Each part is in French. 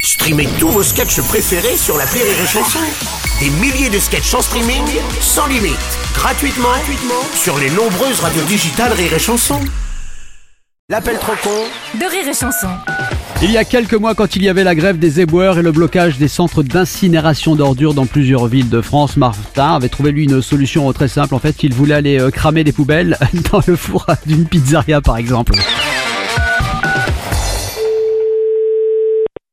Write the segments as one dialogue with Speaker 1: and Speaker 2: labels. Speaker 1: Streamez tous vos sketchs préférés sur la Rire et Chanson. Des milliers de sketchs en streaming, sans limite, gratuitement, gratuitement sur les nombreuses radios digitales Rire et Chanson. L'appel trop con
Speaker 2: de rire et chanson.
Speaker 3: Il y a quelques mois, quand il y avait la grève des éboueurs et le blocage des centres d'incinération d'ordures dans plusieurs villes de France, Martin avait trouvé lui une solution euh, très simple. En fait, il voulait aller euh, cramer les poubelles dans le four à- d'une pizzeria, par exemple.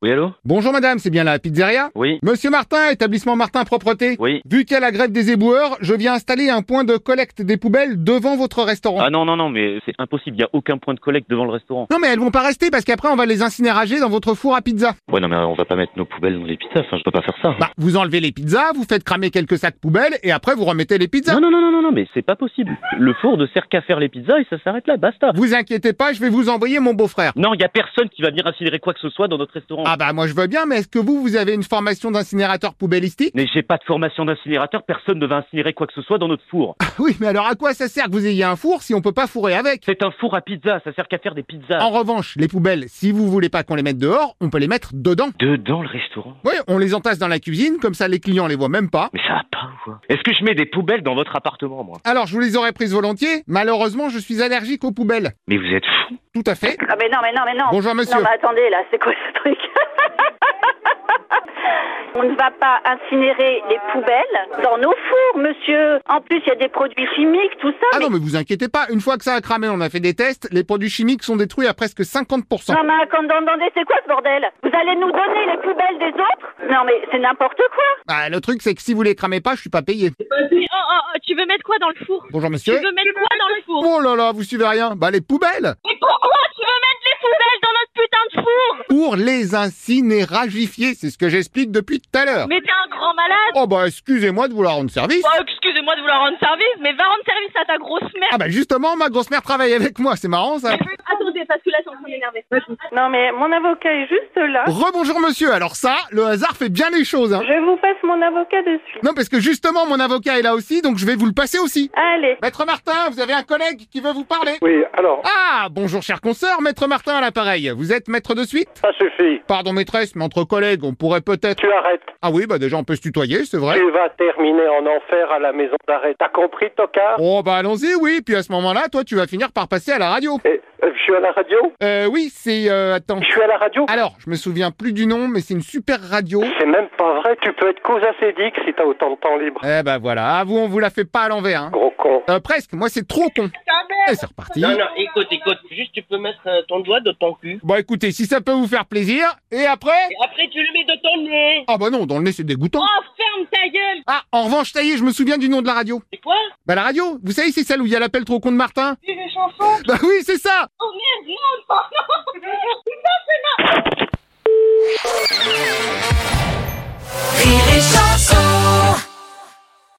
Speaker 4: Oui, allô
Speaker 5: Bonjour madame, c'est bien la pizzeria
Speaker 4: Oui,
Speaker 5: Monsieur Martin, établissement Martin Propreté.
Speaker 4: oui.
Speaker 5: Vu qu'il y a la grève des éboueurs, je viens installer un point de collecte des poubelles devant votre restaurant.
Speaker 4: Ah non, non, non, mais c'est impossible, il n'y a aucun point de collecte devant le restaurant.
Speaker 5: Non mais elles vont pas rester parce qu'après on va les incinérager dans votre four à pizza.
Speaker 4: Ouais, non, mais on va pas mettre nos poubelles dans les pizzas, enfin, je peux pas faire ça.
Speaker 5: Bah, vous enlevez les pizzas, vous faites cramer quelques sacs poubelles et après vous remettez les pizzas.
Speaker 4: Non, non, non, non, non, non, mais c'est pas possible. Le four ne sert qu'à faire les pizzas et ça s'arrête là, basta.
Speaker 5: Vous inquiétez pas, je vais vous envoyer mon beau-frère.
Speaker 4: Non, il y a personne qui va venir incinérer quoi que ce soit dans notre restaurant.
Speaker 5: Ah bah moi je veux bien, mais est-ce que vous, vous avez une formation d'incinérateur poubellistique
Speaker 4: Mais j'ai pas de formation d'incinérateur, personne ne va incinérer quoi que ce soit dans notre four.
Speaker 5: Bah Oui, mais alors à quoi ça sert que vous ayez un four si on peut pas fourrer avec
Speaker 4: C'est un four à pizza, ça sert qu'à faire des pizzas.
Speaker 5: En revanche, les poubelles, si vous voulez pas qu'on les mette dehors, on peut les mettre dedans.
Speaker 4: Dedans le restaurant
Speaker 5: Oui, on les entasse dans la cuisine, comme ça les clients les voient même pas.
Speaker 4: Mais ça va pas ou quoi Est-ce que je mets des poubelles dans votre appartement, moi
Speaker 5: Alors, je vous les aurais prises volontiers. Malheureusement, je suis allergique aux poubelles.
Speaker 4: Mais vous êtes fou
Speaker 5: Tout à fait.
Speaker 6: Ah mais non, mais non, mais non.
Speaker 5: Bonjour, monsieur.
Speaker 6: Non, bah, mais attendez, là, c'est quoi ce truc On ne va pas incinérer les poubelles dans nos fours, monsieur. En plus, il y a des produits chimiques, tout ça.
Speaker 5: Ah
Speaker 6: mais-
Speaker 5: non, mais vous inquiétez pas. Une fois que ça a cramé, on a fait des tests. Les produits chimiques sont détruits à presque 50%.
Speaker 6: Non, mais attendez, attendez, c'est quoi ce bordel Vous allez nous donner les poubelles des autres Non, mais c'est n'importe quoi.
Speaker 5: Ah, le truc, c'est que si vous les cramez pas, je suis pas payé.
Speaker 7: Mais oh, oh, oh, tu veux mettre quoi dans le four
Speaker 5: Bonjour,
Speaker 7: Tu
Speaker 5: monsieur.
Speaker 7: veux mettre quoi dans le four
Speaker 5: Oh là là, vous suivez rien. Bah, les poubelles.
Speaker 7: Mais pourquoi tu veux mettre les poubelles dans notre putain de four
Speaker 5: Pour les incinéragifier. C'est ce que j'explique depuis tout à l'heure.
Speaker 7: Mais t'es un grand malade
Speaker 5: Oh bah, excusez-moi de vouloir rendre service.
Speaker 7: Bon, excusez-moi Bah, de vouloir rendre service, mais va rendre service à ta grosse mère
Speaker 5: Ah bah, justement, ma grosse mère travaille avec moi. C'est marrant, ça.
Speaker 7: Attendez, parce que là, c'est en train d'énerver.
Speaker 6: Non, mais mon avocat est juste là.
Speaker 5: Rebonjour, monsieur. Alors ça, le hasard fait bien les choses, hein.
Speaker 6: Je vous passe mon avocat dessus.
Speaker 5: Non, parce que justement, mon avocat est là aussi, donc je vais vous le passer aussi.
Speaker 6: Allez.
Speaker 5: Maître Martin, vous avez un collègue qui veut vous parler
Speaker 8: Oui, alors,
Speaker 5: Ah, bonjour cher consoeur, Maître Martin à l'appareil. Vous êtes maître de suite
Speaker 8: ça suffit.
Speaker 5: Pardon maîtresse, mais entre collègues, on pourrait peut-être...
Speaker 8: Tu arrêtes.
Speaker 5: Ah oui, bah déjà on peut se tutoyer, c'est vrai.
Speaker 8: Tu vas terminer en enfer à la maison d'arrêt. T'as compris, tocard
Speaker 5: Oh bah allons-y, oui, puis à ce moment-là, toi tu vas finir par passer à la radio.
Speaker 8: Eh, euh, Je suis à la radio
Speaker 5: Euh oui, c'est... Euh, attends.
Speaker 8: Je suis à la radio
Speaker 5: Alors, je me souviens plus du nom, mais c'est une super radio.
Speaker 8: C'est même pas vrai, tu peux être cause acédique si t'as autant de temps libre.
Speaker 5: Eh bah voilà, vous on vous la fait pas à l'envers, hein.
Speaker 8: Gros con.
Speaker 5: Euh, presque, moi c'est trop con. Et c'est reparti.
Speaker 9: Non, non, écoute, écoute, juste tu peux mettre euh, ton doigt dans ton cul.
Speaker 5: Bon écoutez, si ça peut vous faire plaisir, et après...
Speaker 9: Et après, tu le mets dans ton nez.
Speaker 5: Ah bah non, dans le nez c'est dégoûtant.
Speaker 7: Oh, ferme ta gueule
Speaker 5: Ah, en revanche, ça y est, je me souviens du nom de la radio.
Speaker 9: C'est quoi
Speaker 5: Bah la radio, vous savez, c'est celle où il y a l'appel trop con de Martin
Speaker 7: C'est des chansons
Speaker 5: Bah oui, c'est ça
Speaker 7: Oh merde, non, non, non C'est ça,